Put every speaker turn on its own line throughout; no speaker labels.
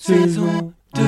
saison 2.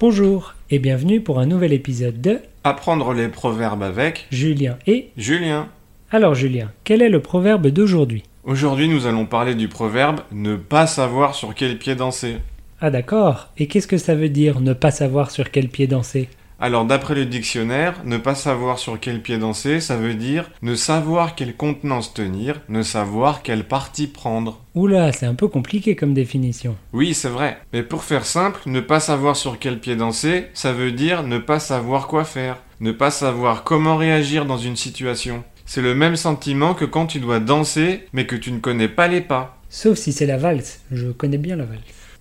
Bonjour et bienvenue pour un nouvel épisode de
Apprendre les proverbes avec
Julien et...
Julien.
Alors Julien, quel est le proverbe d'aujourd'hui
Aujourd'hui, nous allons parler du proverbe ne pas savoir sur quel pied danser.
Ah d'accord, et qu'est-ce que ça veut dire ne pas savoir sur quel pied danser
Alors, d'après le dictionnaire, ne pas savoir sur quel pied danser, ça veut dire ne savoir quelle contenance tenir, ne savoir quelle partie prendre.
Oula, c'est un peu compliqué comme définition.
Oui, c'est vrai. Mais pour faire simple, ne pas savoir sur quel pied danser, ça veut dire ne pas savoir quoi faire, ne pas savoir comment réagir dans une situation. C'est le même sentiment que quand tu dois danser, mais que tu ne connais pas les pas.
Sauf si c'est la valse, je connais bien la valse.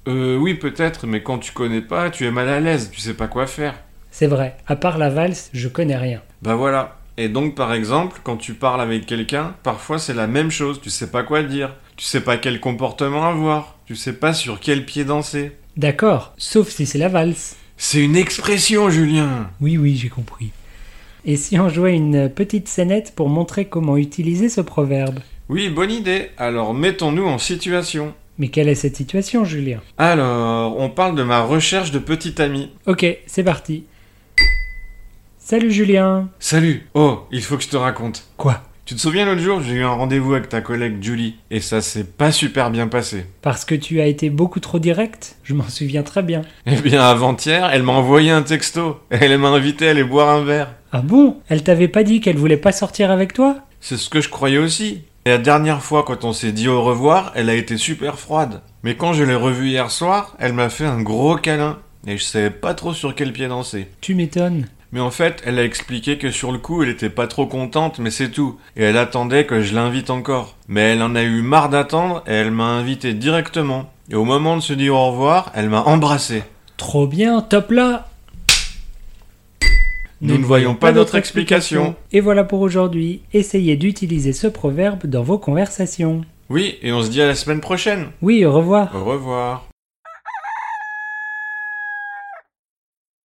Euh, oui, peut-être, mais quand tu connais pas, tu es mal à l'aise, tu sais pas quoi faire.
C'est vrai, à part la valse, je connais rien.
Bah voilà. Et donc, par exemple, quand tu parles avec quelqu'un, parfois c'est la même chose, tu sais pas quoi dire, tu sais pas quel comportement avoir, tu sais pas sur quel pied danser.
D'accord, sauf si c'est la valse.
C'est une expression, Julien
Oui, oui, j'ai compris. Et si on jouait une petite scénette pour montrer comment utiliser ce proverbe
Oui, bonne idée. Alors, mettons-nous en situation.
Mais quelle est cette situation, Julien
Alors, on parle de ma recherche de petit ami.
Ok, c'est parti. Salut Julien
Salut Oh, il faut que je te raconte.
Quoi
Tu te souviens l'autre jour, j'ai eu un rendez-vous avec ta collègue Julie, et ça s'est pas super bien passé.
Parce que tu as été beaucoup trop direct Je m'en souviens très bien.
Eh bien, avant-hier, elle m'a envoyé un texto. Elle m'a invité à aller boire un verre.
Ah bon Elle t'avait pas dit qu'elle voulait pas sortir avec toi
C'est ce que je croyais aussi. Et la dernière fois, quand on s'est dit au revoir, elle a été super froide. Mais quand je l'ai revue hier soir, elle m'a fait un gros câlin. Et je savais pas trop sur quel pied danser.
Tu m'étonnes.
Mais en fait, elle a expliqué que sur le coup, elle était pas trop contente, mais c'est tout. Et elle attendait que je l'invite encore. Mais elle en a eu marre d'attendre et elle m'a invité directement. Et au moment de se dire au revoir, elle m'a embrassé.
Trop bien, top là
Nous ne voyons pas d'autre explication.
Et voilà pour aujourd'hui. Essayez d'utiliser ce proverbe dans vos conversations.
Oui, et on se dit à la semaine prochaine.
Oui, au revoir.
Au revoir.